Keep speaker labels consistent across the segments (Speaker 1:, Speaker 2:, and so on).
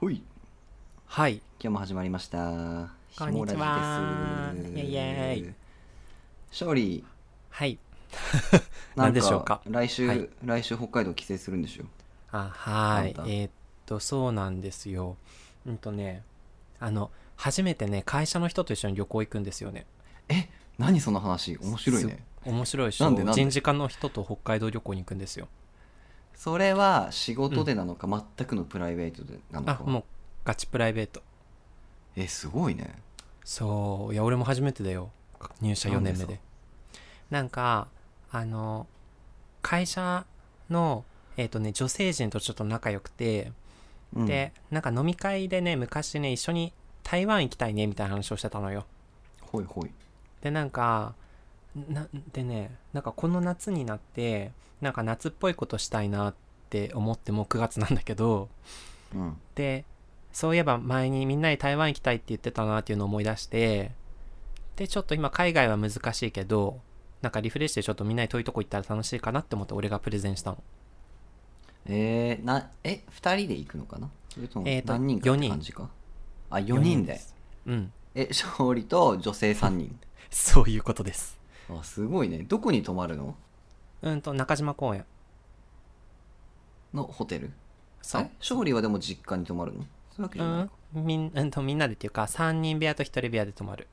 Speaker 1: ほい
Speaker 2: はい
Speaker 1: 今日も始まりました
Speaker 2: こんにちは
Speaker 1: ひもラジ
Speaker 2: イエイイエイ
Speaker 1: 勝利
Speaker 2: はい
Speaker 1: な
Speaker 2: 何でしょうか
Speaker 1: 来週、
Speaker 2: はい
Speaker 1: 来週北海道帰省するんですよ
Speaker 2: あは
Speaker 1: あんた
Speaker 2: いえーっとそうなんですようんとねあの初めてね会社の人と一緒に旅行行くんですよね
Speaker 1: え何その話面白いね
Speaker 2: す面白いでしょ
Speaker 1: なんでなんで
Speaker 2: 人事課の人と北海道旅行に行くんですよ
Speaker 1: それは仕事でなのか、全くのプライベートでなの
Speaker 2: あ
Speaker 1: か
Speaker 2: もうガチプライベート
Speaker 1: えすごいね
Speaker 2: そういや俺も初めてだよ入社4
Speaker 1: なんで
Speaker 2: 年目
Speaker 1: さ
Speaker 2: でなんかあの会社のえーっ、とね女性陣とちょっと仲良くて
Speaker 1: うん
Speaker 2: でなんか飲み会でね昔ね一緒に台湾行きたいねみたいな話をしてたのよ
Speaker 1: ほいほい
Speaker 2: でなんかなでねなんかこの夏になってなんか夏っぽいことしたいなって思ってもう9月なんだけど
Speaker 1: うん
Speaker 2: でそういえば前にみんなに台湾行きたいって言ってたなっていうのを思い出してでちょっと今海外は難しいけどなんかリフレッシュでちょっとみんなに遠いとこ行ったら楽しいかなって思って俺がプレゼンしたの
Speaker 1: えー、なえ二人で行くのかなそれとも
Speaker 2: えーと
Speaker 1: 何人かって感じか、あ四人で
Speaker 2: ですうん
Speaker 1: え勝利と女性三人
Speaker 2: そういうことです
Speaker 1: あすごいねどこに泊まるの
Speaker 2: うんと中島公園
Speaker 1: のホテル
Speaker 2: そ
Speaker 1: え
Speaker 2: う
Speaker 1: 勝利はでも実家に泊まるのそういうわけじゃない、
Speaker 2: うん、みんうんとみんなでっていうか3人部屋と1人部屋で泊まる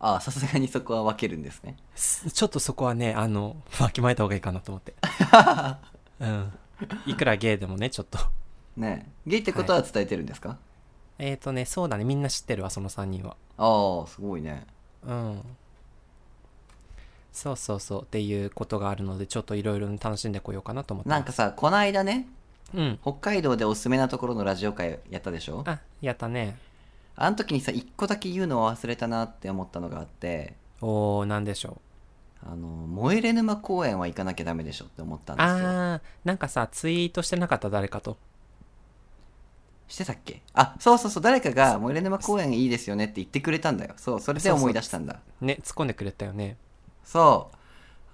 Speaker 1: ああさすがにそこは分けるんですね
Speaker 2: すちょっとそこはねあのわきまえた方がいいかなと思って うんいくらゲイでもねちょっと
Speaker 1: ねえゲイってことは伝えてるんですか、
Speaker 2: えっ、とねそうだねみんな知ってるわその3人は
Speaker 1: ああすごいね
Speaker 2: うんそうそうそうっていうことがあるのでちょっといろいろ楽しんでこようかなと思って
Speaker 1: なんかさこないだね
Speaker 2: うん
Speaker 1: 北海道でおすすめなところのラジオ会やったでしょあ
Speaker 2: あやったね
Speaker 1: の時にさ一個だけ言うのを忘れたなって思ったのがあって
Speaker 2: おーなんでしょ
Speaker 1: あの燃えれ沼公園は行かなきゃダメでしょって思った
Speaker 2: うん
Speaker 1: ですよ
Speaker 2: あーなんかさツイートしてなかった誰かと
Speaker 1: してたっけあそうそうそう誰かが燃えれ沼公園いいですよねって言ってくれたんだよそうそれで思い出したんだ
Speaker 2: ね突っ込んでくれたよね
Speaker 1: そう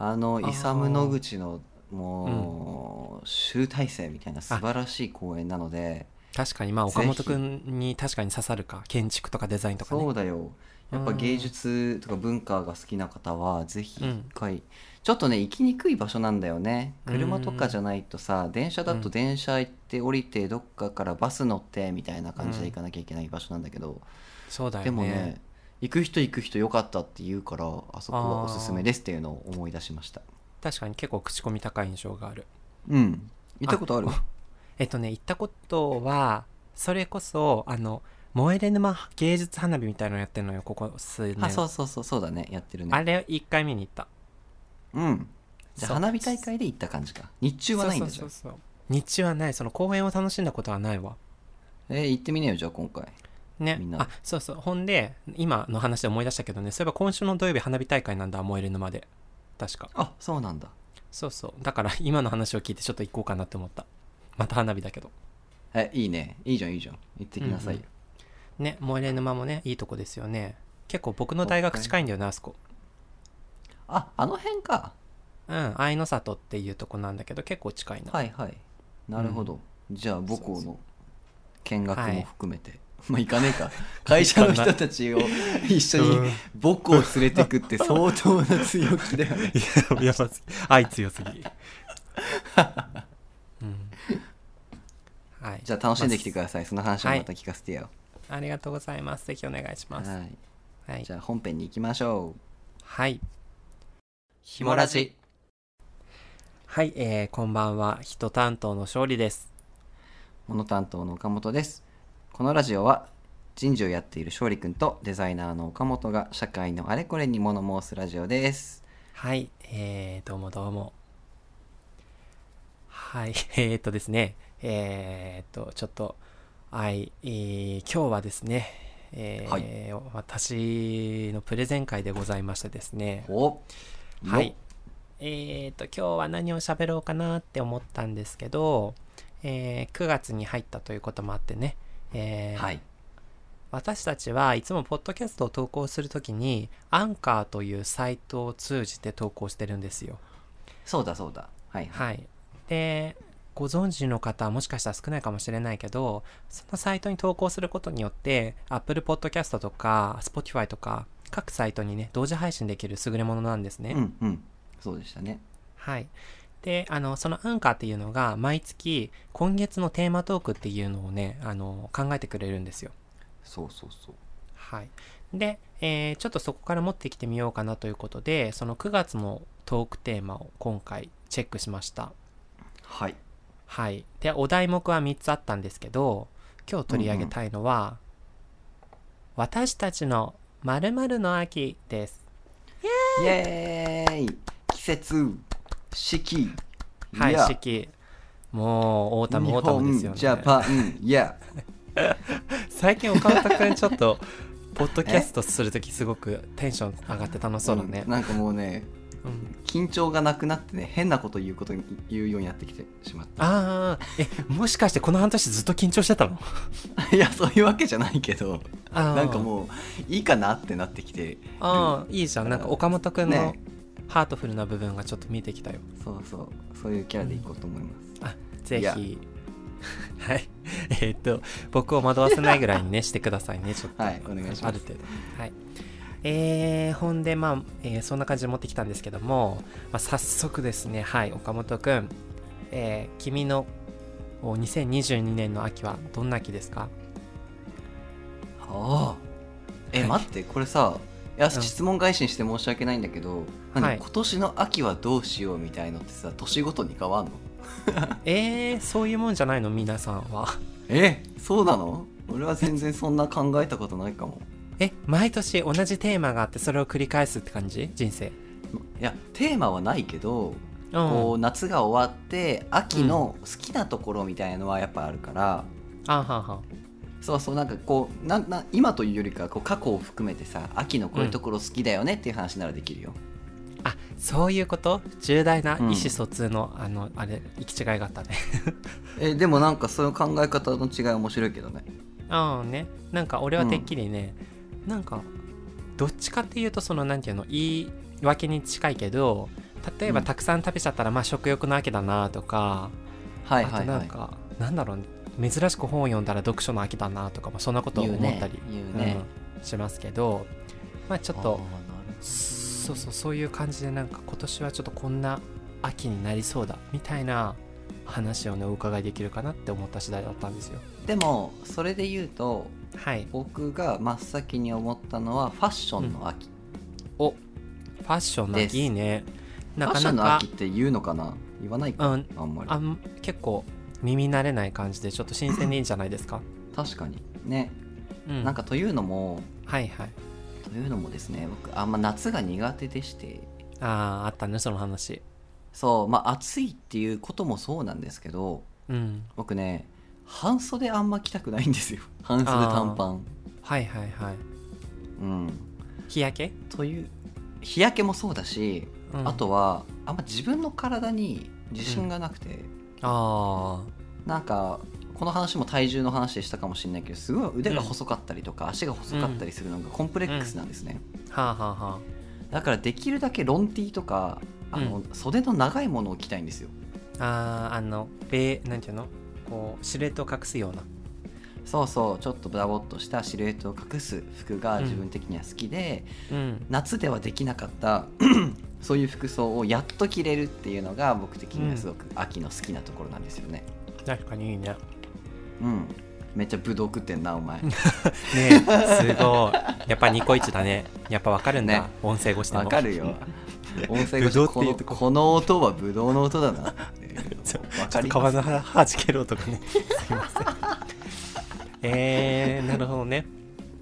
Speaker 1: あの
Speaker 2: ー
Speaker 1: イサム・ノグチのもう、集大成みたいな素晴らしい公演なので
Speaker 2: 確かにまあ
Speaker 1: ぜひ
Speaker 2: 岡本君に確かに刺さるか建築とかデザインとかね
Speaker 1: そうだよやっぱ芸術とか文化が好きな方はぜひ一回、ちょっとね行きにくい場所なんだよね車とかじゃないとさ、電車だと電車行って降りてどっかからバス乗ってみたいな感じで行かなきゃいけない場所なんだけど、
Speaker 2: そうだよね
Speaker 1: でもね行く人行く人良かったって言うからあそこはおすすめですっていうのを思い出しました
Speaker 2: 確かに結構口コミ高い印象がある
Speaker 1: うん行ったことある
Speaker 2: えっとね行ったことはそれこそあの燃えれ沼芸術花火みたいなのやってるのよここ数年
Speaker 1: あそうそうそうそうだねやってるね
Speaker 2: あれ1回見に行った
Speaker 1: うんじゃあ
Speaker 2: そう
Speaker 1: 花火大会で行った感じか日中はないんです
Speaker 2: そ
Speaker 1: よ
Speaker 2: うそうそうそう日中はないその公園を楽しんだことはないわ
Speaker 1: えー行ってみなよじゃあ今回
Speaker 2: ね
Speaker 1: みんな
Speaker 2: あそうそうほんで今の話で思い出したけどねそういえば今週の土曜日花火大会なんだ燃えれ沼で確か
Speaker 1: あそうなんだ
Speaker 2: そうそうだから今の話を聞いてちょっと行こうかなって思ったまた花火だけど
Speaker 1: えいいねいいじゃんいいじゃん行ってきなさいよ、
Speaker 2: ね燃えれ沼もねいいとこですよね結構僕の大学近いんだよねあそこ
Speaker 1: ああの辺か
Speaker 2: うん愛の里っていうとこなんだけど結構近いな、
Speaker 1: はいはいなるほど、じゃあ母校の見学
Speaker 2: はい
Speaker 1: も含めて、 まあ行かねえか会社の人た ちを一緒に
Speaker 2: うん
Speaker 1: 母校連れてくって相当な強気だよ ね
Speaker 2: ややばすぎ愛 強すぎ、うんはい、
Speaker 1: じゃあ楽しんできてく
Speaker 2: だ
Speaker 1: ださいその話をまた聞かせてよ、
Speaker 2: さい、ありがとうございますぜひお願いします
Speaker 1: はい
Speaker 2: はい
Speaker 1: じゃあ本編に行きましょう
Speaker 2: はい、
Speaker 1: ひ
Speaker 2: もラジはいえーこんばんは人担当の勝利です
Speaker 1: モノ担当の岡本ですこのラジオは人事をやっている勝利くんとデザイナーの岡本が社会のあれこれに物申すラジオです
Speaker 2: はいえー、どうもどうもはい えー、っとですねえー、っとちょっとはい、えー今日はですねえー私のプレゼン会でございましてですね
Speaker 1: お
Speaker 2: はい。えっ、と、今日は何を喋ろうかなって思ったんですけど、えー9月に入ったということもあってね、えー
Speaker 1: はい
Speaker 2: 私たちはいつもポッドキャストを投稿するときに、アンカーというサイトを通じて投稿してるんですよ。
Speaker 1: そうだそうだはい、
Speaker 2: はい。で、ご存知の方はもしかしたら少ないかもしれないけどそのサイトに投稿することによって Apple Podcast とか Spotify とか各サイトにね同時配信できる優れものなんですね、
Speaker 1: うんうんそうでしたね
Speaker 2: はいであのそのアンカーっていうのが毎月今月のテーマトークっていうのをねあの考えてくれるんですよ
Speaker 1: そうそうそう
Speaker 2: はい、で、えーちょっとそこから持ってきてみようかなということでその9月のトークテーマを今回チェックしました
Speaker 1: はい
Speaker 2: はいでお題目は3つあったんですけど今日取り上げたいのは「私たちの〇〇の秋」です
Speaker 1: イエーイ季節四季
Speaker 2: はい
Speaker 1: や
Speaker 2: 四季もうオータムオータムですよ
Speaker 1: 日本ジャ
Speaker 2: ね
Speaker 1: パンいや
Speaker 2: 最近岡本君ちょっとポッドキャストする時すごくテンション上がって 楽しそうだね
Speaker 1: ん、なんかもうね
Speaker 2: うん
Speaker 1: 緊張がなくなってね変なこと言うことに言うようになってきてしまっ
Speaker 2: ああえもしかしてこの半年ずっと緊張してたの
Speaker 1: たいやそういうわけじゃないけど
Speaker 2: あー
Speaker 1: なんかもういいかなってなってきてる
Speaker 2: あーいいじゃんなんか岡本君の
Speaker 1: ね
Speaker 2: ハートフルな部分がちょっと見えてきたよ、
Speaker 1: そうそうそういうキャラでいこうと思います、
Speaker 2: あぜ
Speaker 1: いや
Speaker 2: ひ はいえーっと僕を惑わせないぐらい にねしてくださいねちょっと
Speaker 1: はいお願いします
Speaker 2: ある程度はいえー、ほんでまあ、えーそんな感じで持ってきたんですけども、まあ、早速ですねはい岡本君、えー君のお2022年の秋はどんな秋ですか
Speaker 1: ああえ、
Speaker 2: はい
Speaker 1: 待ってこれさいや
Speaker 2: ん
Speaker 1: 質問返しにして申し訳ないんだけど、何
Speaker 2: はい
Speaker 1: 今年の秋はどうしようみたいのってさ年ごとに変わんの
Speaker 2: えー、そういうもんじゃないの皆さんは
Speaker 1: えそうなの俺は全然そんな考えたことないかも
Speaker 2: え毎年同じテーマがあってそれを繰り返すって感じ人生
Speaker 1: いやテーマはないけど、こ
Speaker 2: う
Speaker 1: うん夏が終わって秋の好きなところみたいなのはやっぱあるから、
Speaker 2: あはんはん
Speaker 1: そうそうなんかこうなんなん今というよりかはこう過去を含めてさ秋のこういうところ好きだよねっていう話ならできるよ、
Speaker 2: あそういうこと重大な意
Speaker 1: うん
Speaker 2: 思疎通の、あのあれ行き違いがあったね
Speaker 1: えでもなんかそういう考え方の違い面白いけどね
Speaker 2: ああねなんか俺はてっきりね、なんかどっちかっていうとそのなんていうの言い訳に近いけど例えば
Speaker 1: うん
Speaker 2: たくさん食べちゃったらまあ食欲の秋だなとか、
Speaker 1: はい
Speaker 2: あ
Speaker 1: は
Speaker 2: と
Speaker 1: い
Speaker 2: な
Speaker 1: は
Speaker 2: ん
Speaker 1: い
Speaker 2: か、なんだろうね珍しく本を読んだら読書の秋だなとか、まあ、そんなことを思ったり
Speaker 1: 言うね言うね
Speaker 2: うんしますけど、まあ、ちょっ
Speaker 1: あー
Speaker 2: と
Speaker 1: なる
Speaker 2: そうそうそういう感じでなんか今年はちょっとこんな秋になりそうだみたいな話をねお伺いできるかなって思った次第だったんですよ
Speaker 1: ほどでもそれで言うと
Speaker 2: はい
Speaker 1: 僕が真っ先に思ったのはファッションの秋、
Speaker 2: おファッションの
Speaker 1: です
Speaker 2: 秋いいねな
Speaker 1: ファッ
Speaker 2: か
Speaker 1: ショ
Speaker 2: な
Speaker 1: ンの
Speaker 2: か
Speaker 1: 秋って言うのかな言わないか、
Speaker 2: うん
Speaker 1: あんまり
Speaker 2: あん結構耳慣れない感じでちょっと新鮮でいいんじゃないですか、
Speaker 1: 確かにね、
Speaker 2: うん、
Speaker 1: なんかというのも
Speaker 2: はいはい
Speaker 1: というのもですね僕あんま夏が苦手でして
Speaker 2: あああったねその話
Speaker 1: そうまあ暑いっていうこともそうなんですけど
Speaker 2: うん
Speaker 1: 僕ね半袖あんま着たくないんですよ 半袖短パン
Speaker 2: はいはいはい
Speaker 1: うん
Speaker 2: 日焼け、
Speaker 1: という日焼けもそうだし、
Speaker 2: うん
Speaker 1: あとはあんま自分の体に自信がなくて、
Speaker 2: あ
Speaker 1: なんかこの話も体重の話でしたかもしれないけどすごい腕が細かったりとか、足が細かったりするのがコンプレックスなんですね、
Speaker 2: あはあはあは
Speaker 1: だからできるだけロンティーとかあの、
Speaker 2: う
Speaker 1: 袖の長いものを着たいんですよ
Speaker 2: ああーあのべなんていうのこうシルエットを隠すような
Speaker 1: そうそうちょっとダボっとしたシルエットを隠す服が
Speaker 2: うん
Speaker 1: 自分的には好きで、
Speaker 2: うん
Speaker 1: 夏ではできなかった そういう服装をやっと着れるっていうのが僕的にはすごく秋の好きなところなんですよね
Speaker 2: 確かにいいね。
Speaker 1: うんめっちゃブドウ食ってんなお 前
Speaker 2: ねえ、すごい。やっぱニコイチだね。やっぱわかるんだ。
Speaker 1: ね
Speaker 2: 音声越しでも。
Speaker 1: わかる よ音声
Speaker 2: ブ
Speaker 1: 越し
Speaker 2: ドウっ
Speaker 1: てこ
Speaker 2: 言う
Speaker 1: の
Speaker 2: とこ
Speaker 1: この音はブドウの音だなっていう
Speaker 2: そう
Speaker 1: のわ
Speaker 2: ちょ
Speaker 1: か
Speaker 2: っと
Speaker 1: り
Speaker 2: 川
Speaker 1: ます
Speaker 2: のははじけろとかね。すいません。 えー、なるほどね。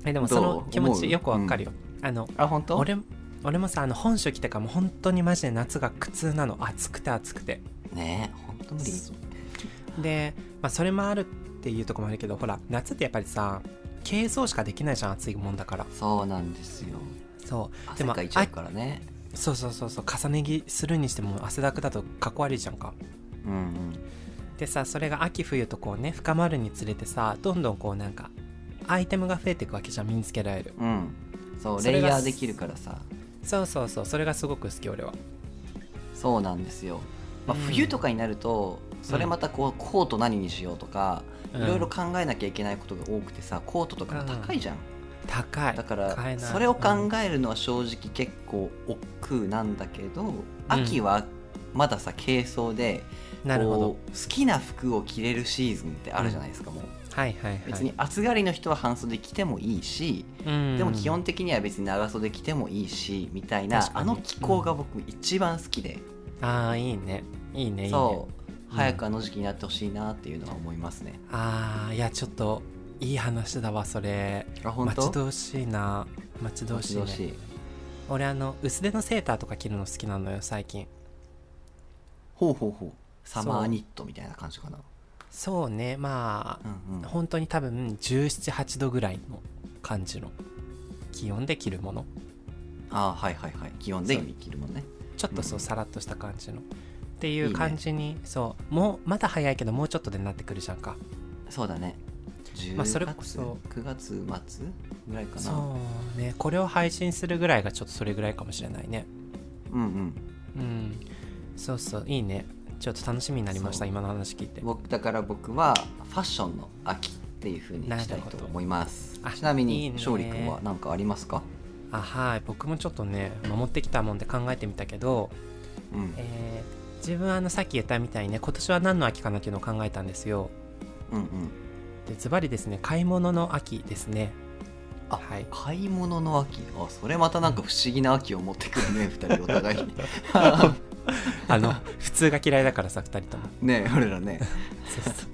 Speaker 2: えでもそ
Speaker 1: ど
Speaker 2: の
Speaker 1: う
Speaker 2: 気持
Speaker 1: 思
Speaker 2: ち
Speaker 1: う
Speaker 2: よくわかるよ。あの
Speaker 1: あ本当
Speaker 2: 俺も俺もさあの本書来てからもう本当にマジで夏が苦痛なの暑くて暑くて
Speaker 1: ねえ本当無理
Speaker 2: で、まあ、それもあるっていうとこもあるけどほら夏ってやっぱりさ軽装しかできないじゃん暑いもんだから
Speaker 1: そうなんですよ
Speaker 2: そうで
Speaker 1: 汗
Speaker 2: も
Speaker 1: かいちゃうからね
Speaker 2: そうそうそうそう重ね着するにしても汗だくだとかっこ悪いじゃんか
Speaker 1: うんうん
Speaker 2: でさそれが秋冬とこうね深まるにつれてさどんどんこうなんかアイテムが増えていくわけじゃん身につけられる
Speaker 1: うんそう
Speaker 2: そ
Speaker 1: レ
Speaker 2: れ
Speaker 1: イ
Speaker 2: が
Speaker 1: ヤーできるからさ
Speaker 2: そうそうそうそれがすごく好き俺は
Speaker 1: そうなんですよまあ、
Speaker 2: うん
Speaker 1: 冬とかになるとそれまたこうコート何にしようとか
Speaker 2: うん
Speaker 1: いろいろ考えなきゃいけないことが多くてさコートとかも高いじゃん、
Speaker 2: 高い
Speaker 1: だか
Speaker 2: 買え
Speaker 1: ら
Speaker 2: ない
Speaker 1: それを考
Speaker 2: うん
Speaker 1: えるのは正直結構億劫なんだけど、
Speaker 2: うん
Speaker 1: 秋はまださ軽装で
Speaker 2: なるほど
Speaker 1: こう好きな服を着れるシーズンってあるじゃないですか、もう
Speaker 2: はいはいはい
Speaker 1: 別に暑がりの人は半袖着てもいいし、
Speaker 2: うん
Speaker 1: でも基本的には別に長袖着てもいいしみたいな
Speaker 2: 確か
Speaker 1: あ
Speaker 2: に
Speaker 1: の気候が僕一番好きで、
Speaker 2: ああいいねいいねいいね
Speaker 1: そう
Speaker 2: うん
Speaker 1: 早くあの時期になってほしいなっていうのは思いますね。
Speaker 2: ああいやちょっといい話だわそれ
Speaker 1: あ本
Speaker 2: 待
Speaker 1: 当
Speaker 2: ち遠しいな待ち遠しいね
Speaker 1: 待ち遠しい
Speaker 2: 俺あの薄手のセーターとか着るの好きなのよ最近
Speaker 1: ほうほうほうサマーニットみたいな感じかな。
Speaker 2: そうねまあ、
Speaker 1: うんうん
Speaker 2: 本当に多分1718度ぐらいの感じの気温で着るもの
Speaker 1: あーはいはいはい気温で着るもんね。
Speaker 2: ちょっとそううさらっとした感じの、ってい
Speaker 1: いいうね
Speaker 2: 感じにそうもうまだ早いけどもうちょっとでなってくるじゃんか
Speaker 1: そうだね。10
Speaker 2: まあ
Speaker 1: 月、
Speaker 2: それこそ
Speaker 1: 9月末ぐらいかな。
Speaker 2: そうねこれを配信するぐらいがちょっとそれぐらいかもしれないね
Speaker 1: うんうん。
Speaker 2: うんそうそういいねちょっと楽しみになりました
Speaker 1: そう
Speaker 2: 今の話聞いて
Speaker 1: 僕だから僕はファッションの秋っていう風にしたいと思います
Speaker 2: なるほどあ
Speaker 1: ちなみ
Speaker 2: いい
Speaker 1: に
Speaker 2: ね
Speaker 1: 勝利君は何かありますか
Speaker 2: あはい僕もちょっとね守ってきたもんで考えてみたけど、
Speaker 1: うん
Speaker 2: えー自分あのさっき言ったみたいにね今年は何の秋かなっていうのを考えたんですよ
Speaker 1: うんうん
Speaker 2: でズバリですね買い物の秋ですね
Speaker 1: あ
Speaker 2: はい
Speaker 1: 買い物の秋あそれまたなんか不思議な秋を持ってくるね2人お互 いに
Speaker 2: あの普通が嫌いだからさ2人とも
Speaker 1: ねえ俺らね
Speaker 2: そうそう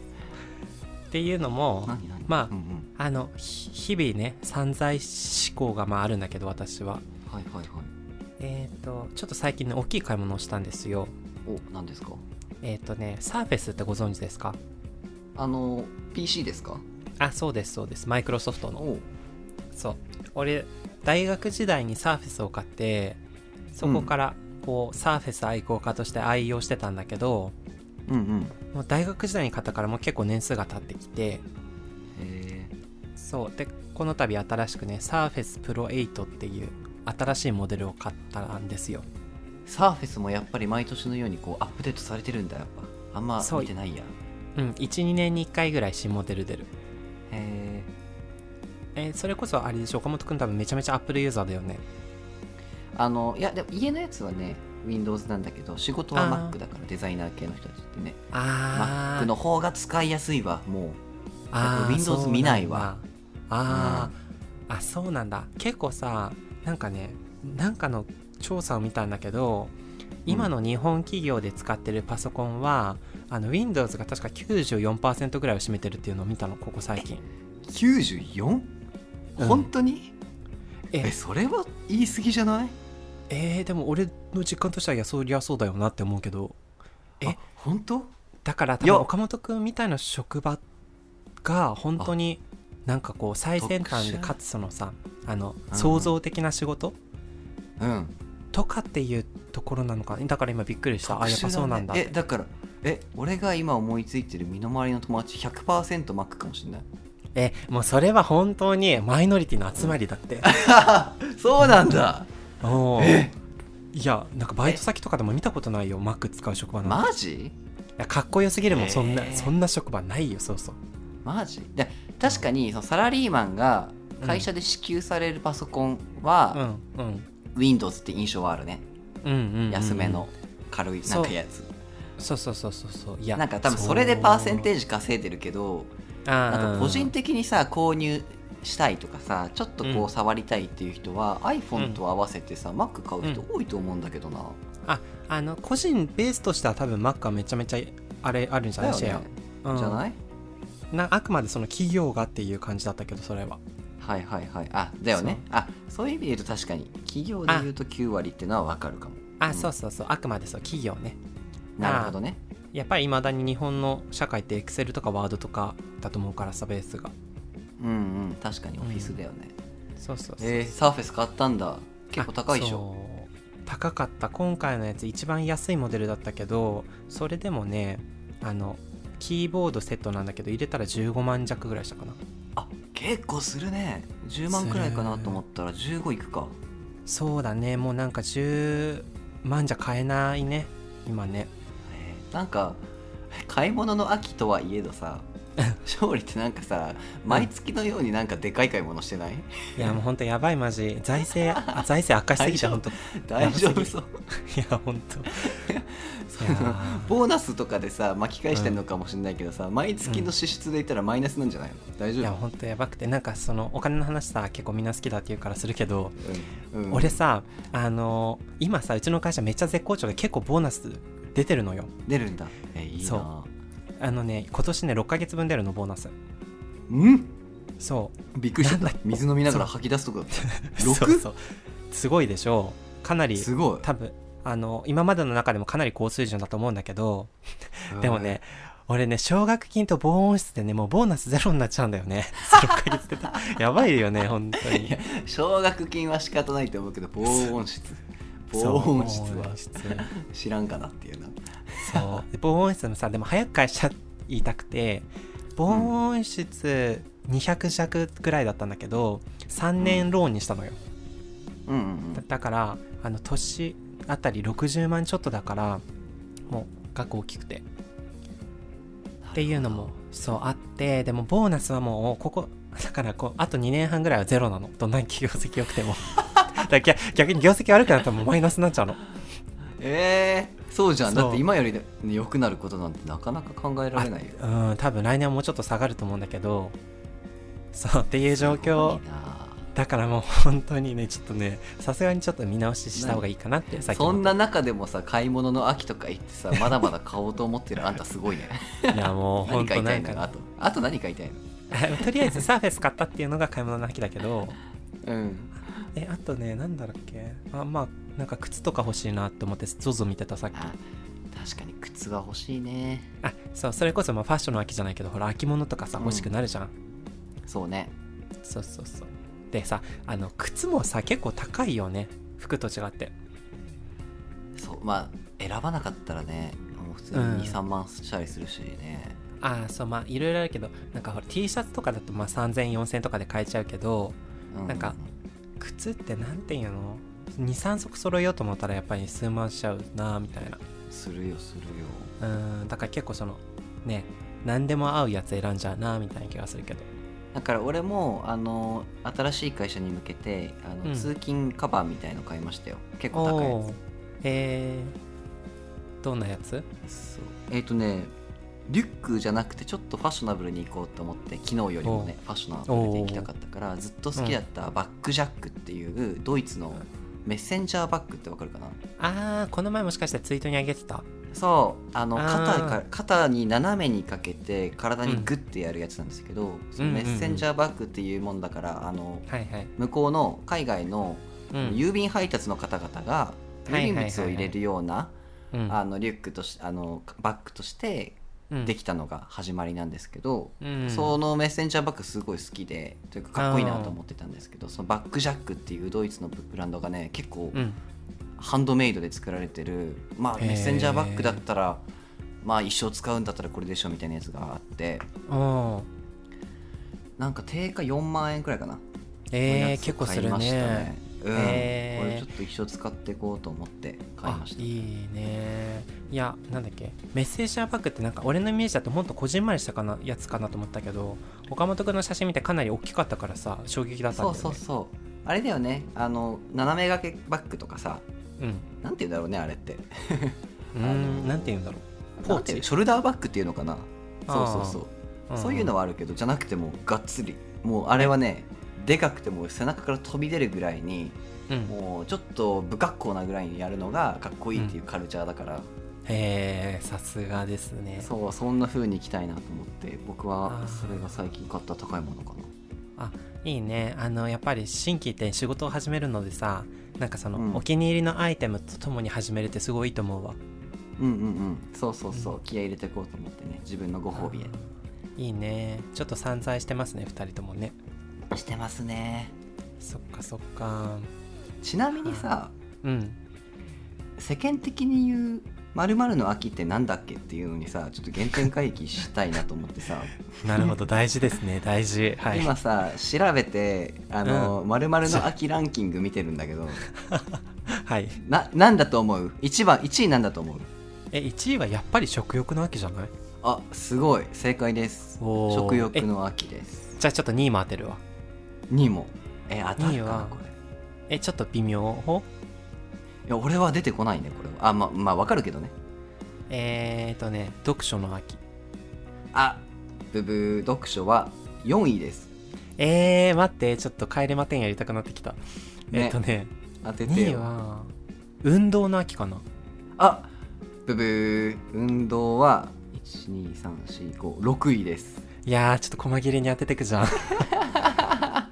Speaker 2: っていうのも
Speaker 1: 何何
Speaker 2: ま
Speaker 1: う
Speaker 2: あ
Speaker 1: んうん
Speaker 2: あのひ日々ね散財思考がまああるんだけど私は
Speaker 1: はいはいはい
Speaker 2: えっ、とちょっと最近ね大きい買い物をしたんですよ
Speaker 1: お何ですか
Speaker 2: えっ、とねサーフェスってご存知ですか
Speaker 1: あの PC ですか
Speaker 2: あそうですそうですマイクロソフトの
Speaker 1: お
Speaker 2: そう俺大学時代にサーフェスを買ってそこからこう、サーフェス愛好家として愛用してたんだけど
Speaker 1: うんうん
Speaker 2: もう大学時代に買ったからもう結構年数が経ってきて
Speaker 1: へえ
Speaker 2: そうでこの度新しくねサーフェスプロ8っていう新しいモデルを買ったんですよ
Speaker 1: サーフェスもやっぱり毎年のようにこうアップデートされてるんだやっぱあんま
Speaker 2: そう
Speaker 1: 見てないや
Speaker 2: うん12年に1回ぐらい新モデル出る
Speaker 1: へえ
Speaker 2: えーそれこそあれでしょ岡本君多分めちゃめちゃアップルユーザーだよね
Speaker 1: あのいやでも家のやつはね Windows なんだけど仕事は
Speaker 2: あー
Speaker 1: Mac だからデザイナー系の人たちってね
Speaker 2: あ
Speaker 1: Mac の方が使いやすいわもう
Speaker 2: あー
Speaker 1: Windows
Speaker 2: そうなんだ
Speaker 1: 見ないわ
Speaker 2: あー、あそうなんだ結構さなんかねなんかの調査を見たんだけど今の日本企業で使ってるパソコンは、あの Windows が確か94%ぐらいを占めてるっていうのを見たのここ最近
Speaker 1: 94?
Speaker 2: うん
Speaker 1: 本当に、
Speaker 2: え
Speaker 1: えそれは言い過ぎじゃない
Speaker 2: えー、でも俺の実感としてはいやそりゃそうだよなって思うけどえ
Speaker 1: あ本当
Speaker 2: だから多
Speaker 1: いや
Speaker 2: 分岡本君みたいな職場が本当になんかこう最先端で
Speaker 1: 特殊
Speaker 2: かつそのさあの
Speaker 1: うん
Speaker 2: 創造的な仕事
Speaker 1: うん
Speaker 2: とかっていうところなのかだから今びっくりした、あやっぱそうなんだっ
Speaker 1: 特殊
Speaker 2: て
Speaker 1: ねえだからえ俺が今思いついてる身の回りの友達 100%Mac かもしれ ない
Speaker 2: えもうそれは本当にマイノリティの集まりだって
Speaker 1: そうなんだ
Speaker 2: おー
Speaker 1: え
Speaker 2: いやなんかバイト先とかでも見たことないよマック使う職場なんて
Speaker 1: マジ
Speaker 2: いやかっこよすぎるもんそんな、
Speaker 1: えー
Speaker 2: そんな職場ないよそうそう
Speaker 1: マジで確かにそのサラリーマンが会社で支給されるパソコンは、
Speaker 2: うんうん
Speaker 1: Windows って印象はあるね
Speaker 2: うんうんうんうん
Speaker 1: 安めの軽い
Speaker 2: そう
Speaker 1: なんかやつ、
Speaker 2: そうそうそうそうそういや
Speaker 1: なんか多分それでパーセンテ
Speaker 2: ジ
Speaker 1: ージ稼いでるけどな
Speaker 2: なん
Speaker 1: か個人的にさ購入したいとかさちょっとこ
Speaker 2: うん
Speaker 1: う触りたいっていう人は、iPhone と合わせてさ Mac 買う人
Speaker 2: う
Speaker 1: 多いと思うんだけどな、
Speaker 2: あの個人ベースとしては多分 Mac はめちゃめちゃあれあるんじゃ
Speaker 1: だ
Speaker 2: な
Speaker 1: よ
Speaker 2: い
Speaker 1: ね
Speaker 2: シェア、うん
Speaker 1: じゃない
Speaker 2: なあくまでその企業がっていう感じだったけどそれは
Speaker 1: はいはいはいあだよねあそういう意味で言うと確かに企業で言うと9割っていうのは分かるかも
Speaker 2: あ、
Speaker 1: うん
Speaker 2: そうそうそうあくまでそう企業ね
Speaker 1: なるほどね
Speaker 2: やっぱりいまだに日本の社会って Excel とか Word とかだと思うからさベースが
Speaker 1: うんうん確かにオフィスだよね、
Speaker 2: そうそうそう、
Speaker 1: えー、サーフェス買ったんだ結構高いでし
Speaker 2: あ
Speaker 1: ょ
Speaker 2: そう高かった今回のやつ一番安いモデルだったけどそれでもねあのキーボードセットなんだけど入れたら15万弱ぐらいしたかな
Speaker 1: あ結構するね10万くらいかなと思ったら15いくか
Speaker 2: そうだねもうなんか10万じゃ買えないね今ね
Speaker 1: へなんか買い物の秋とはいえど さ勝利ってなんかさ毎月のようになんかでかい買い物してない、
Speaker 2: いやもうほんとやばいマジ財政あ財政悪化しすぎたほんとい
Speaker 1: 大丈夫そう
Speaker 2: やほん と
Speaker 1: そ
Speaker 2: いや
Speaker 1: の ボーナスとかでさ巻き返してんのかもしれないけどさ、毎月の支出で言ったらマイナスなんじゃないの大
Speaker 2: い
Speaker 1: 丈
Speaker 2: や
Speaker 1: 夫
Speaker 2: ほんとやばくてなんかそのお金の話さ結構みんな好きだって言うからするけど、
Speaker 1: うんうん
Speaker 2: 俺さあの今さうちの会社めっちゃ絶好調で結構ボーナス出てるのよ
Speaker 1: 出るんだえいいな
Speaker 2: そあのね今年ね6ヶ月分出るのボーナス
Speaker 1: うん
Speaker 2: そ
Speaker 1: びっくりしちゃっ
Speaker 2: な
Speaker 1: た
Speaker 2: んだ
Speaker 1: 水飲みながら
Speaker 2: そ
Speaker 1: 吐き出すとこだった
Speaker 2: う
Speaker 1: 六
Speaker 2: そうそうすごいでしょうかなり
Speaker 1: すごい
Speaker 2: 多分あの今までの中でもかなり高水準だと思うんだけど でもね俺ね奨学金と防音室でねもうボーナスゼロになっちゃうんだ よね6ヶ月出たやばいよね本当
Speaker 1: い
Speaker 2: に
Speaker 1: や奨学金は仕方ないと思うけど防音室 防音室
Speaker 2: そう防
Speaker 1: は
Speaker 2: 音室
Speaker 1: 知らんかなっていうな
Speaker 2: そうで防音室もさでも早く会社言いたくて防音室200弱ぐらいだったんだけど3年ローンにしたのよ、
Speaker 1: うんうんう
Speaker 2: だ
Speaker 1: ん
Speaker 2: だからあの年あたり60万ちょっとだからもう額大きくてっていうのもそうあってでもボーナスはもうここだからこうあと2年半ぐらいはゼロなのどんなに業績良くても だから逆逆に業績悪くなったらもうマイナスになっちゃうの
Speaker 1: えー、そうじゃん
Speaker 2: そう
Speaker 1: だって今より、ね、良くなることなんてなかなか考えられないよ
Speaker 2: あうん多分来年はもうちょっと下がると思うんだけどそうっていう状
Speaker 1: す
Speaker 2: 況
Speaker 1: ごいな
Speaker 2: だからもう本当にねちょっとねさすがにちょっと見直しした方がいいかなって最近
Speaker 1: そ
Speaker 2: 思
Speaker 1: ん
Speaker 2: っ
Speaker 1: な中でもさ買い物の秋とか行って さまだまだ買おうと思ってるあんたすごいね
Speaker 2: たいやもう
Speaker 1: 何
Speaker 2: 本
Speaker 1: 買
Speaker 2: 当
Speaker 1: いた
Speaker 2: ないん
Speaker 1: の
Speaker 2: か
Speaker 1: よあとあと何買いたいの
Speaker 2: とりあえずサーフェス買ったっていうのが買い物の秋だけど
Speaker 1: うん
Speaker 2: えあとねなんだろうっけあまあなんか靴とか欲しいなって思って ZOZO 見てたさっき
Speaker 1: あ確かに靴は欲しいね
Speaker 2: あそうそれこそまあファッションの秋じゃないけどほら秋物とかさ
Speaker 1: うん
Speaker 2: 欲しくなるじゃん、
Speaker 1: そうね
Speaker 2: そうそうそうでさあの靴もさ結構高いよね服と違って
Speaker 1: そうまあ選ばなかったらねもう普通に
Speaker 2: うん
Speaker 1: 23、万したりするしね
Speaker 2: ああそうまあいろいろあるけどなんかほら T シャツとかだとまあ30004000とかで買えちゃうけど
Speaker 1: う
Speaker 2: なんか靴ってなんていうの23足揃えようと思ったらやっぱり数万しちゃうなみたいな
Speaker 1: するよするよ
Speaker 2: うんだから結構そのね何でも合うやつ選んじゃうなみたいな気がするけど
Speaker 1: だから俺もあの新しい会社に向けてあの、
Speaker 2: うん
Speaker 1: 通勤カバーみたいの買いましたよ結構高いや
Speaker 2: おーえー、どんなやつ
Speaker 1: つそうえっ、とねリュックじゃなくてちょっとファッショナブルに行こうと思って昨日よりもねファッショナブルで行きたかったからずっと好きだったバックジャックっていうドイツのメッセンジャーバッグってわかるかな
Speaker 2: あーこの前もしかしてツイートにあげてた
Speaker 1: そうあの
Speaker 2: あー
Speaker 1: 肩か肩に斜めにかけて体にグッてやるやつなんですけど、その
Speaker 2: うんうん
Speaker 1: メ
Speaker 2: うん
Speaker 1: ッセンジャーバッグっていうもんだから、あの
Speaker 2: はいはい
Speaker 1: 向こうの海外の
Speaker 2: うん、
Speaker 1: 郵便配達の方々が
Speaker 2: はい
Speaker 1: 郵
Speaker 2: はいはい
Speaker 1: 便
Speaker 2: はい
Speaker 1: 物を入れるような
Speaker 2: うん
Speaker 1: あのリュックとしあのバッグとして
Speaker 2: うん
Speaker 1: できたのが始まりなんですけど、
Speaker 2: うん
Speaker 1: そのメッセンジャーバッグすごい好きでというかかっこいいなと思ってたんですけどそのバックジャックっていうドイツのブランドがね結構
Speaker 2: うん
Speaker 1: ハンドメイドで作られてる、まあ、
Speaker 2: へー
Speaker 1: メッセンジャーバッグだったら、まあ、一生使うんだったらこれでしょみたいなやつがあって
Speaker 2: おー
Speaker 1: なんか定価4万円くらいかな、
Speaker 2: えー、結構するね
Speaker 1: 買いましたねうん、
Speaker 2: へ
Speaker 1: これ
Speaker 2: ー
Speaker 1: ちょっと一生使っていこうと思って買い
Speaker 2: あ
Speaker 1: ました
Speaker 2: いいねいやなんだっけメッセージャーバッグってなんか俺のイメージだともっとこじんまりしたかなやつかなと思ったけど岡本君の写真見てかなり大きかったからさ衝撃だったんだ
Speaker 1: そ
Speaker 2: よ
Speaker 1: う
Speaker 2: ね
Speaker 1: そうそうあれだよねあの斜め掛けバッグとかさ
Speaker 2: うん
Speaker 1: なんて言うんだろうねあれって
Speaker 2: うー
Speaker 1: あのー
Speaker 2: んなんて言うんだろポーチ
Speaker 1: なんて言うショルダーバッグっていうのかなそうそうそう
Speaker 2: う、ん
Speaker 1: そういうのはあるけどじゃなくてもうがっつりもうあれはねでかくてもう背中から飛び出るぐらいに
Speaker 2: うん
Speaker 1: もうちょっと不格好なぐらいにやるのがかっこいいっていうカルチャーだから、
Speaker 2: へえさすがですね
Speaker 1: そうそんな風にいきたいなと思って僕は
Speaker 2: あー
Speaker 1: それが最近買った高いものか
Speaker 2: いいねあのやっぱり新規って仕事を始めるのでさなんかその、
Speaker 1: うん
Speaker 2: お気に入りのアイテムとともに始めるってすごいいいと思うわ
Speaker 1: なうんうんうんそうそうそうう気合い入れていこうと思ってね自分のご褒美へ
Speaker 2: いいねちょっと散財してますね2人ともね
Speaker 1: してますね
Speaker 2: そっかそっか
Speaker 1: ちなみにさ
Speaker 2: うん
Speaker 1: 世間的に言う〇〇の秋ってなんだっけっていうのにさちょっと原点回帰したいなと思ってさ、
Speaker 2: なるほど大事ですね大事 はい
Speaker 1: 今さ調べてあの、〇〇の秋ランキング見てるんだけど
Speaker 2: はい
Speaker 1: ななんだと思う一番1位なんだと思う
Speaker 2: え1位はやっぱり食欲の秋じゃない
Speaker 1: あすごい正解です
Speaker 2: おー
Speaker 1: 食欲
Speaker 2: え
Speaker 1: の秋です
Speaker 2: じゃあちょっと2位も当てるわ
Speaker 1: 2もえ当た
Speaker 2: 二位
Speaker 1: るかな
Speaker 2: は
Speaker 1: これ
Speaker 2: えちょっと微妙
Speaker 1: いや俺は出てこないねこれはあままあわかるけどね
Speaker 2: えーとね読書の秋
Speaker 1: あブブー読書は4位です
Speaker 2: えー、待ってちょっと帰れまてんやりたくなってきた、
Speaker 1: ね
Speaker 2: えっとね
Speaker 1: 当てて
Speaker 2: 2位
Speaker 1: よ
Speaker 2: は運動の秋かな
Speaker 1: あブブー運動は12345位です
Speaker 2: いやーちょっと細切れに当ててく じゃん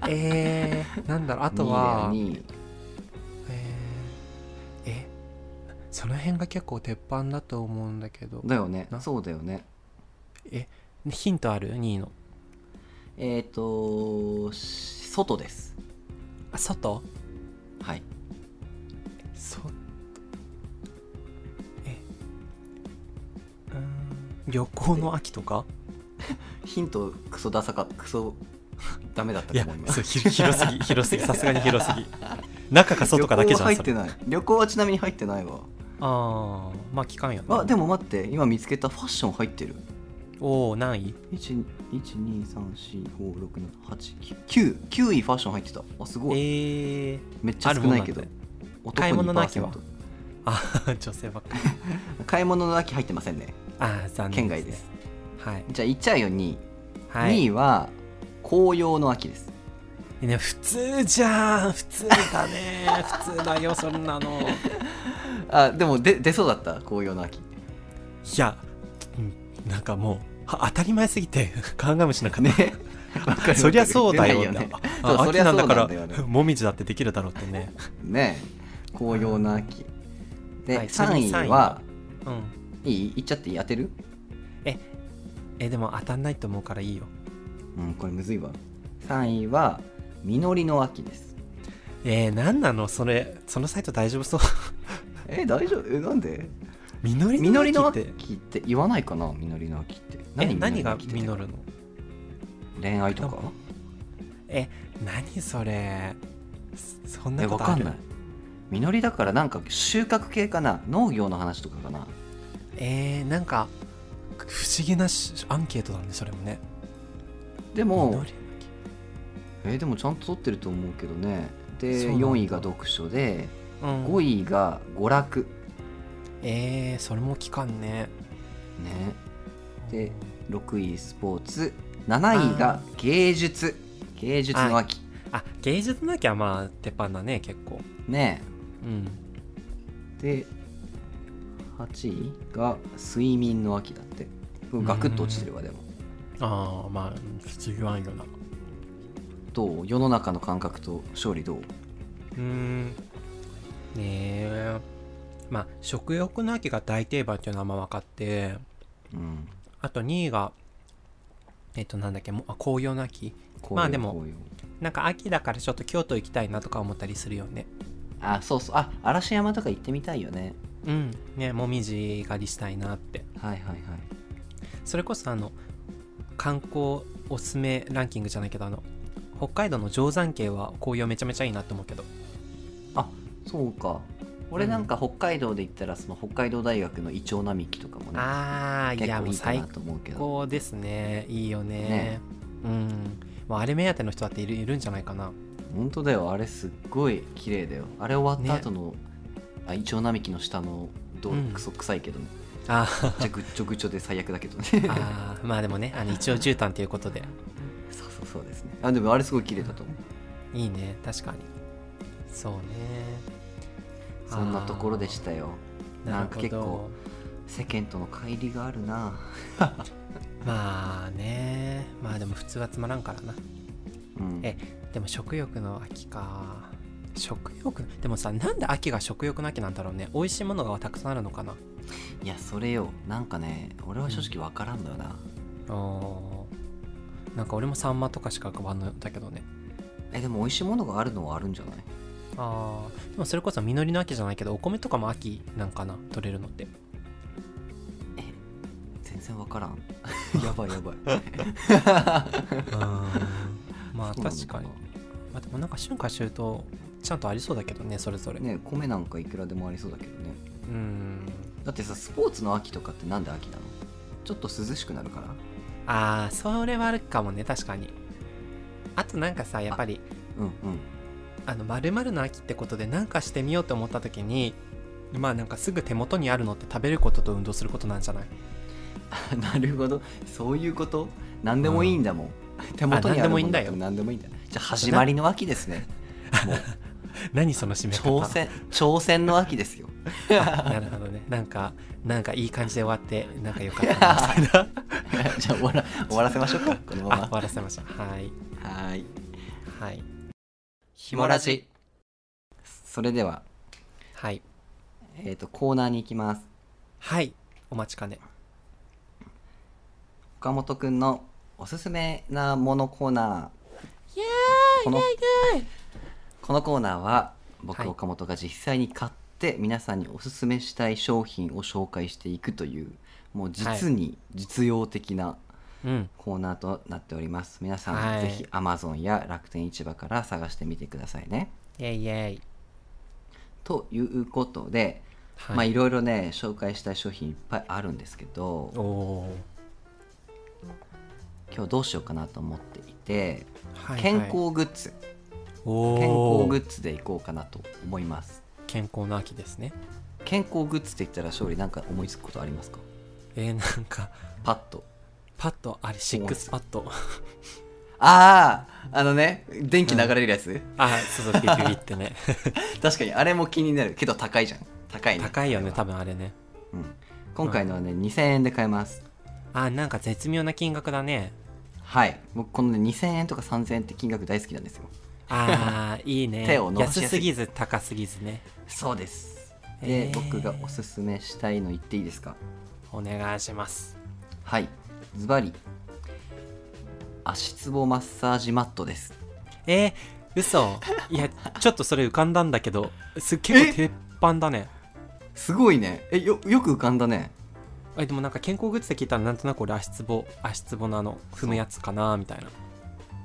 Speaker 2: えー、なんだろうあ
Speaker 1: あ
Speaker 2: とは
Speaker 1: 2位だよ
Speaker 2: えーえその辺が結構鉄板だと思うんだけど
Speaker 1: 2位だよね
Speaker 2: な
Speaker 1: そうだよね
Speaker 2: ヒントある2位の
Speaker 1: えっ、ー、とし外です
Speaker 2: あ外
Speaker 1: はい
Speaker 2: そえうーん旅行の秋とか
Speaker 1: ヒントクソダサかクソ ダメだった
Speaker 2: い
Speaker 1: と
Speaker 2: や
Speaker 1: 思います
Speaker 2: そうひ広すぎ広 すぎさすがに広すぎ中か外かだけじゃん
Speaker 1: 旅行は入ってない旅行はちなみに入ってないわ
Speaker 2: ああまあ期間やな
Speaker 1: あでも待って今見つけたファッション入ってる
Speaker 2: おお何位
Speaker 1: 123456789 9位ファッション入ってたあすごい
Speaker 2: ええー、
Speaker 1: めっちゃ少ないけど
Speaker 2: ある
Speaker 1: 男
Speaker 2: 買い物の秋
Speaker 1: 2%
Speaker 2: はあ 女性ばっかり
Speaker 1: 買い物の秋入ってませんね
Speaker 2: ああ残念
Speaker 1: 県外です
Speaker 2: はい、
Speaker 1: じゃあいっちゃうよ2位、
Speaker 2: は
Speaker 1: 2
Speaker 2: い
Speaker 1: 位は紅葉の秋です
Speaker 2: ね、普通じゃん普通だね 普通だよそんなの
Speaker 1: あでもで出そうだった紅葉の秋
Speaker 2: いやうんなんかもうは当たり前すぎて 考えもしなかった、
Speaker 1: ね わかる
Speaker 2: そりゃそうだよ
Speaker 1: 出ないよね
Speaker 2: あ
Speaker 1: そうそ
Speaker 2: 秋
Speaker 1: りゃ
Speaker 2: な
Speaker 1: そ
Speaker 2: ん
Speaker 1: う
Speaker 2: だ
Speaker 1: なんだ
Speaker 2: から
Speaker 1: よね
Speaker 2: もみじだってできるだろうってね、
Speaker 1: ねえ紅葉の秋で、
Speaker 2: はいそれに
Speaker 1: 3
Speaker 2: 3
Speaker 1: 位
Speaker 2: 位
Speaker 1: は
Speaker 2: はうん、
Speaker 1: いいいっちゃっていい当てる
Speaker 2: えでも当たんないと思うからいいよ
Speaker 1: うんこれむずいわ3位は実りの秋です
Speaker 2: えー、何なのそれそのサイト大丈夫そう
Speaker 1: え大丈夫えなんで
Speaker 2: 実り
Speaker 1: 実り
Speaker 2: の
Speaker 1: の
Speaker 2: 秋って
Speaker 1: 秋って言わないかな実りの秋って
Speaker 2: え何が実
Speaker 1: 実
Speaker 2: る
Speaker 1: の
Speaker 2: の
Speaker 1: 秋って恋愛とか
Speaker 2: え何それそそん
Speaker 1: え
Speaker 2: なこ
Speaker 1: わ
Speaker 2: と
Speaker 1: か
Speaker 2: ある
Speaker 1: んない実りだからなんか収穫系かな農業の話とかかな
Speaker 2: えー、なんか不思議なしアンケートだねそれもね
Speaker 1: でも
Speaker 2: 実りの秋
Speaker 1: えでもちゃんと取ってると思うけどね
Speaker 2: そう
Speaker 1: で
Speaker 2: なんだ
Speaker 1: 4位が読書で
Speaker 2: うん
Speaker 1: 5位が娯楽
Speaker 2: えー、それも期間ね
Speaker 1: ねで6位スポーツ7位が芸術芸術の秋
Speaker 2: あ芸術なきゃまあ鉄板だね結構
Speaker 1: ね
Speaker 2: うん
Speaker 1: えで8位が睡眠の秋だってこれガクッと落ちてるわでも
Speaker 2: ああまあ普通言わんよな
Speaker 1: どう世の中の感覚と勝利どう
Speaker 2: うんねえまあ食欲の秋が大定番っていうのはまあ分かって
Speaker 1: うん
Speaker 2: あと2位がえっとなんだっけもうあ紅葉の秋
Speaker 1: 紅葉
Speaker 2: まあでも
Speaker 1: 紅葉
Speaker 2: なんか秋だからちょっと京都行きたいなとか思ったりするよね
Speaker 1: あそうそうあ嵐山とか行ってみたいよね
Speaker 2: うんねもみじ狩りしたいなって
Speaker 1: はいはいはい
Speaker 2: それこそあの観光おすすめランキングじゃないけどあの北海道の定山渓は紅葉めちゃめちゃいいなと思うけど
Speaker 1: そうか俺なんか北海道で行ったらその北海道大学のイチョウ並木とかもね
Speaker 2: ああい
Speaker 1: 結
Speaker 2: や
Speaker 1: 構
Speaker 2: も
Speaker 1: いういか
Speaker 2: 最
Speaker 1: なと思うけど
Speaker 2: 高ですねいいよね
Speaker 1: ね
Speaker 2: うんもうあれ目当ての人だっているいるんじゃないかな
Speaker 1: 本当だよあれすっごい綺麗だよあれ終わった後の、あイチョウ並木の下の道
Speaker 2: うん
Speaker 1: 路クソ臭いけどね、
Speaker 2: あ
Speaker 1: じゃぐっちょぐちょで最悪だけ どね
Speaker 2: あーまあでもねあの一応絨毯ということで
Speaker 1: そうそうそうですねあでもあれすごい綺麗だと思う
Speaker 2: いいね確かにそうね
Speaker 1: そんなところでしたよなんか結
Speaker 2: なるほ
Speaker 1: 構
Speaker 2: ど
Speaker 1: 世間との乖離があるな
Speaker 2: まあねまあでも普通はつまらんからな
Speaker 1: うん
Speaker 2: えでも食欲の秋か食欲でもさなんで秋が食欲の秋なんだろうね美味しいものがたくさんあるのかない
Speaker 1: やそれよなんかね俺は正直わからんだよな、
Speaker 2: おーなんか俺もサンマとかしか買わんのだけどね
Speaker 1: えでも美味しいものがあるのはあるんじゃない
Speaker 2: あーでもそれこそ実りの秋じゃないけどお米とかも秋なんかな取れる のって
Speaker 1: え全然わ からんやばい やばい
Speaker 2: まあ
Speaker 1: そうなの
Speaker 2: 確かにまあでもなんか春夏秋冬ちゃんとありそうだけどねそれぞれ、
Speaker 1: ね米なんかいくらでもありそうだけどね
Speaker 2: うん
Speaker 1: だだってさスポーツの秋とかってなんで秋なのちょっと涼しくなるから
Speaker 2: ああそれはあるかもね確かにあとなんかさやっぱり
Speaker 1: うん
Speaker 2: あの〇〇の秋ってことで何かしてみようと思った時にまあなんかすぐ手元にあるのって食べることと運動することなんじゃない
Speaker 1: うん なるほどそういうこと何でもいいんだもん、手元にあ
Speaker 2: 何
Speaker 1: る
Speaker 2: でも
Speaker 1: も
Speaker 2: いいん
Speaker 1: の
Speaker 2: だ
Speaker 1: だ
Speaker 2: よ
Speaker 1: と何でもいいんだじゃあ始まりの秋です ねもう
Speaker 2: 何その締め方
Speaker 1: 挑戦挑戦の秋 ですよ
Speaker 2: なるほどねなんかなんかいい感じで終わってなんかよかったなみたいな
Speaker 1: じゃあ終わら終わらせましょ うかこのま
Speaker 2: あ
Speaker 1: ま
Speaker 2: 終わらせましたはい
Speaker 1: はーい
Speaker 2: はい
Speaker 1: ひ
Speaker 2: もらじ
Speaker 1: それでは、
Speaker 2: はい
Speaker 1: えー、とコーナーに行きます
Speaker 2: はいお待ちかね
Speaker 1: 岡本くんのおすすめなものコーナーこのこのコーナーは僕、
Speaker 2: はい
Speaker 1: 岡本が実際に買って皆さんにおすすめしたい商品を紹介していくというもう実に実用的な
Speaker 2: うん
Speaker 1: コーナーとなっております、皆さん、
Speaker 2: はい
Speaker 1: ぜひ Amazon や楽天市場から探してみてくださいね
Speaker 2: イェイイェイ
Speaker 1: ということで、
Speaker 2: はい、
Speaker 1: まあいろいろね紹介したい商品いっぱいあるんですけど
Speaker 2: おお
Speaker 1: 今日どうしようかなと思っていて
Speaker 2: ー、はいはい
Speaker 1: 健康グッズ、
Speaker 2: お
Speaker 1: 健康グ
Speaker 2: ー
Speaker 1: ッズでいこうかなと思います
Speaker 2: 健康の秋ですね
Speaker 1: 健康グッズって言ったら勝利なんか思いつくことありますか
Speaker 2: えー、なんか
Speaker 1: パッと
Speaker 2: パッとあれシックスパッド
Speaker 1: あああのね電気流れるやつ、
Speaker 2: あそうそうビビビってね
Speaker 1: 確かにあれも気になるけど高いじゃん高いね
Speaker 2: 高いよね
Speaker 1: あれは
Speaker 2: 多分あれね
Speaker 1: うん、今回のはね2000円で買えます
Speaker 2: あなんか絶妙な金額だね
Speaker 1: はい僕この、ね、2000円とか3000円って金額大好きなんですよ
Speaker 2: あ ーいいね
Speaker 1: 手を伸ばし
Speaker 2: 安
Speaker 1: やす
Speaker 2: す
Speaker 1: い
Speaker 2: ぎず高すぎずね
Speaker 1: そうです
Speaker 2: へ
Speaker 1: で、
Speaker 2: ー
Speaker 1: 僕がおすすめしたいの言っていいですか
Speaker 2: お願いします
Speaker 1: はいズバリ足つぼマッサージマットです
Speaker 2: えー、嘘いやちょっとそれ浮かんだんだけどす結構鉄板だね
Speaker 1: すごいねえよよく浮かんだね
Speaker 2: あでもなんか健康グッズで聞いたらなんとなく俺足つぼ足つぼのあの踏むやつかなみたいな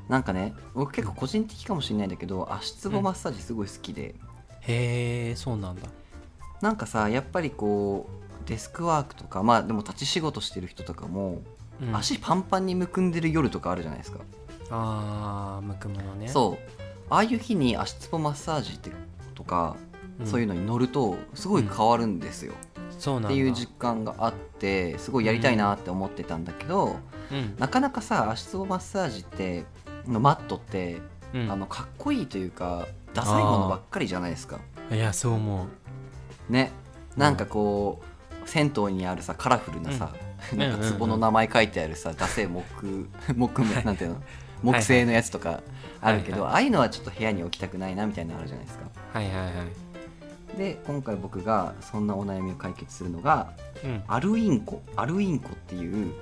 Speaker 1: なんかね僕結構個人的かもしれないんだけど足つぼマッサージすごい好きで、
Speaker 2: へえそうなんだ
Speaker 1: なんかさやっぱりこうデスクワークとかまあでも立ち仕事してる人とかも、
Speaker 2: うん
Speaker 1: 足パンパンにむくんでる夜とかあるじゃないですか、
Speaker 2: あーむくものね
Speaker 1: そうああいう日に足つぼマッサージってとか、
Speaker 2: うん
Speaker 1: そういうのに乗るとすごい変わるんですよ、
Speaker 2: そうなんだ
Speaker 1: っていう実感があってすごいやりたいなって思ってたんだけど、
Speaker 2: うん
Speaker 1: なかなかさ足つぼマッサージってのマットって、
Speaker 2: うん
Speaker 1: あのかっこいいというかダサいものばっかりじゃないですか
Speaker 2: いやそう思う
Speaker 1: ねなんかこう、銭湯にあるさカラフルなさ、
Speaker 2: うん
Speaker 1: なんか壺の名前書いてあるさ、ダセえ 木木目なんていうの木製のやつとかあるけど、
Speaker 2: はい
Speaker 1: ああいうのはちょっと部屋に置きたくないなみたいなのあるじゃないですか
Speaker 2: はいはいはい
Speaker 1: で今回僕がそんなお悩みを解決するのが
Speaker 2: うん
Speaker 1: アルインコアルインコっていう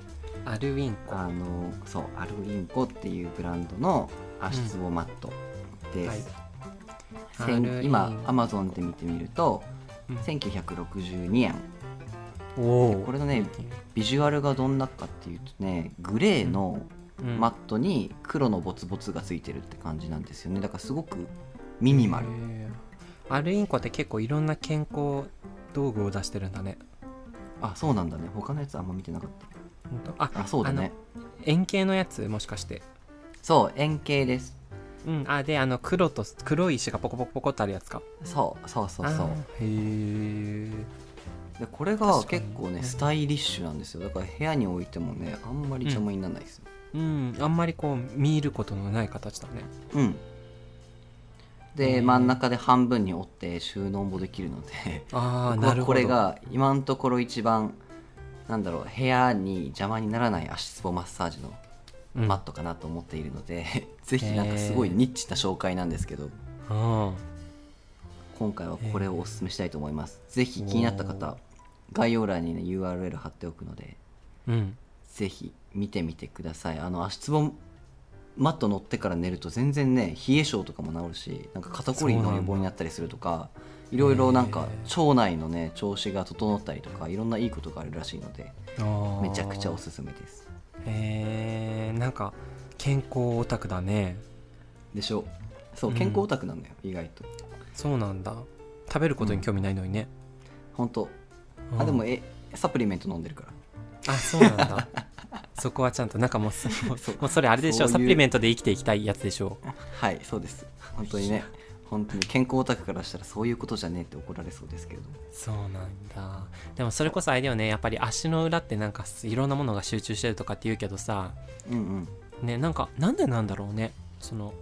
Speaker 2: アルウィンコ
Speaker 1: あのそうアルインコっていうブランドの足つぼマットです、
Speaker 2: はい
Speaker 1: せん
Speaker 2: アルイン
Speaker 1: 今アマゾンで見てみると
Speaker 2: うん
Speaker 1: 1962円
Speaker 2: おお
Speaker 1: これのねビジュアルがどんなかっていうとねグレーのマットに黒のボツボツがついてるって感じなんですよねだからすごくミニマル
Speaker 2: へーアルインコって結構いろんな健康道具を出してるんだね
Speaker 1: あそうなんだね他のやつあんま見てなかっ
Speaker 2: ほんとあ
Speaker 1: たあそうだね
Speaker 2: 円形のやつもしかして
Speaker 1: そう円形です
Speaker 2: うんあであの黒と黒い石がポコポコポコってあるやつか
Speaker 1: そうそうそうそう
Speaker 2: あーへえ
Speaker 1: でこれが
Speaker 2: 確かに
Speaker 1: 結構ねスタイリッシュなんですよだから部屋に置いてもねあんまり邪魔にならないですよ
Speaker 2: うんあんまりこう見ることのない形だね
Speaker 1: うん、で
Speaker 2: うん
Speaker 1: 真ん中で半分に折って収納もできるので
Speaker 2: ああ
Speaker 1: 僕
Speaker 2: な
Speaker 1: は
Speaker 2: るほど
Speaker 1: これが今のところ一番なんだろう部屋に邪魔にならない足つぼマッサージの
Speaker 2: うん
Speaker 1: マットかなと思っているので、 ぜひなんかすごいニッチな紹介なんですけど
Speaker 2: うん
Speaker 1: 今回はこれをおすすめしたいと思います、ぜひ気になった方概要欄に、ね、URL 貼っておくので
Speaker 2: うん
Speaker 1: ぜひ見てみてくださいあの足つぼマット乗ってから寝ると全然ね冷え性とかも治るしなんか肩こり
Speaker 2: そうな
Speaker 1: の
Speaker 2: んだ
Speaker 1: 予防になったりするとかいろいろなんか
Speaker 2: へ
Speaker 1: 腸内のね調子が整ったりとかいろんないいことがあるらしいので
Speaker 2: あー
Speaker 1: めちゃくちゃおすすめです
Speaker 2: へえんか健康オタクだね
Speaker 1: でしょそう
Speaker 2: うん
Speaker 1: 健康オタクなんだよ、意外と
Speaker 2: そうなんだ食べることに興味ないのにね、
Speaker 1: 本当あでも
Speaker 2: うん
Speaker 1: えサプリメント飲んでるから
Speaker 2: あそうなんだ そこはちゃんとなんかもう そもう
Speaker 1: そう
Speaker 2: もうそれあれでし
Speaker 1: そうい
Speaker 2: ょ
Speaker 1: う
Speaker 2: サプリメントで生きていきたいやつでしょう
Speaker 1: はいそうです本当にね本当に健康オタクからしたらそういうことじゃねえって怒られそうですけれども
Speaker 2: そうなんだでもそれこそあれだよねやっぱり足の裏ってなんかいろんなものが集中してるとかって言うけどさ
Speaker 1: うんうん
Speaker 2: ねなんかなんでなんだろうねその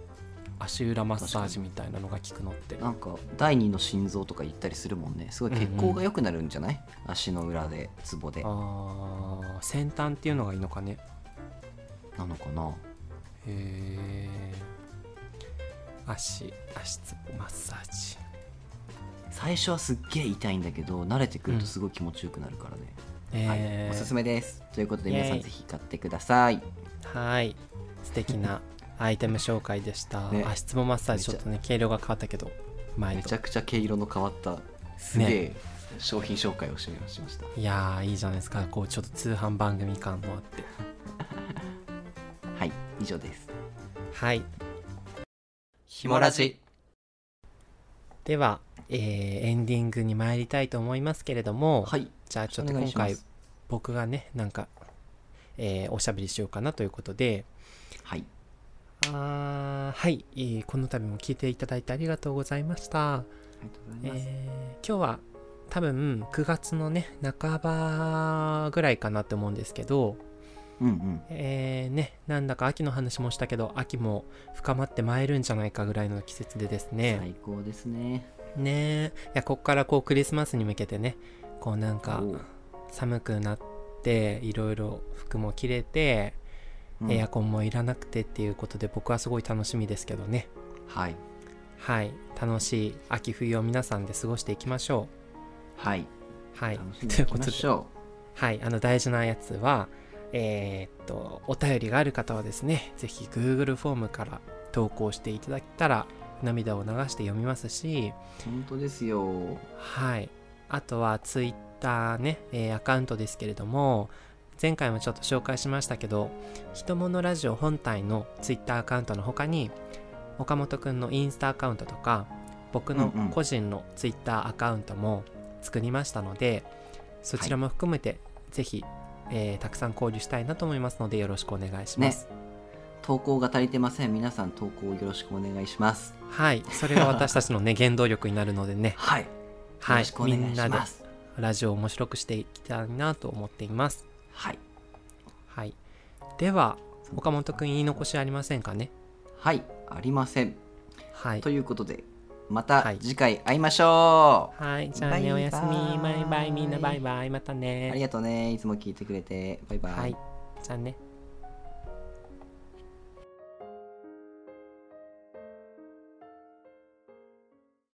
Speaker 2: 足裏マッサージみたいなのが効くのって
Speaker 1: なんか第二の心臓とか言ったりするもんねすごい血行が良くなるんじゃない、足の裏でツボで
Speaker 2: あー先端っていうのがいいのかね
Speaker 1: なのかな
Speaker 2: へえ足足つぼマッサージ
Speaker 1: 最初はすっげえ痛いんだけど慣れてくるとすごい気持ちよくなるからね、はい、
Speaker 2: え
Speaker 1: おすすめですということで
Speaker 2: イエーイ
Speaker 1: 皆さんぜひ買ってください
Speaker 2: はい素敵な アイテム紹介でした、
Speaker 1: ね
Speaker 2: 足つぼマッサージちょ
Speaker 1: め
Speaker 2: っ
Speaker 1: ちゃ
Speaker 2: とね軽量が変わったけど前
Speaker 1: めち
Speaker 2: と
Speaker 1: ゃくちゃ毛色の変わったすげえ商品紹介をしました、
Speaker 2: いやーいいじゃないですかこうちょっと通販番組感もあって
Speaker 1: はい以上です
Speaker 2: はい
Speaker 1: ひ
Speaker 2: もラジでは、えーエンディングに参りたいと思いますけれども、
Speaker 1: はい
Speaker 2: じゃあちょっと
Speaker 1: お願
Speaker 2: 今
Speaker 1: いしま
Speaker 2: 回
Speaker 1: す
Speaker 2: 僕がねなんか、えーおしゃべりしようかなということで
Speaker 1: はい
Speaker 2: あーはい、えーこの度も聞いていただいてありがとうございました、
Speaker 1: ありがとうござ
Speaker 2: え
Speaker 1: います、
Speaker 2: ー今日は多分9月のね半ばぐらいかなと思うんですけど
Speaker 1: うんうん
Speaker 2: えーねなんだか秋の話もしたけど秋も深まってまいるんじゃないかぐらいの季節でですね、
Speaker 1: 最高ですね
Speaker 2: ねえいやこっからこうクリスマスに向けてねこうなんか
Speaker 1: おう
Speaker 2: 寒くなっていろいろ服も着れて、
Speaker 1: うん
Speaker 2: エアコンもいらなくてっていうことで僕はすごい楽しみですけどね
Speaker 1: はい
Speaker 2: はい楽しい秋冬を皆さんで過ごしていきましょ
Speaker 1: はいう
Speaker 2: はい
Speaker 1: 楽しん
Speaker 2: とい
Speaker 1: でいき
Speaker 2: うこと
Speaker 1: ま
Speaker 2: で
Speaker 1: しょ
Speaker 2: はいあの大事なやつはえーっとお便りがある方はですね是非 Google フォームから投稿していただけたら涙を流して読みますし
Speaker 1: う本当ですよ
Speaker 2: はい。あとはツイッターね、えーアカウントですけれども、前回もちょっと紹介しましたけど、ひとものラジオ本体のツイッターアカウントの他に、岡本くんのインスタアカウントとか、僕の
Speaker 1: うんうん
Speaker 2: 個人のツイッターアカウントも作りましたので、そちらも含めて、ぜひ、えーたくさん交流したいなと思いますので、よろしくお願いします。
Speaker 1: 投稿が足りてません皆さん投稿よろしくお願いします
Speaker 2: はい。それが私たちの ね、原動力になるのでね、
Speaker 1: はいよ
Speaker 2: は
Speaker 1: ろ
Speaker 2: い
Speaker 1: しく。お
Speaker 2: み
Speaker 1: 願
Speaker 2: ん
Speaker 1: いし
Speaker 2: なで
Speaker 1: ます
Speaker 2: ラジオを面白くしていきたいなと思っています。
Speaker 1: はい
Speaker 2: はい。では、岡本くん言い残しありませんかね
Speaker 1: はいありません
Speaker 2: はい
Speaker 1: と。いうことでま
Speaker 2: は
Speaker 1: た
Speaker 2: い
Speaker 1: 次回会いましょ
Speaker 2: はい。じゃあね、お
Speaker 1: バイバイ
Speaker 2: やすみ。バイバイ。みんなバイバイ。また
Speaker 1: う、
Speaker 2: ね。
Speaker 1: ありがとうねいつも聞いてくれてバイバイ、
Speaker 2: はい。じゃあね。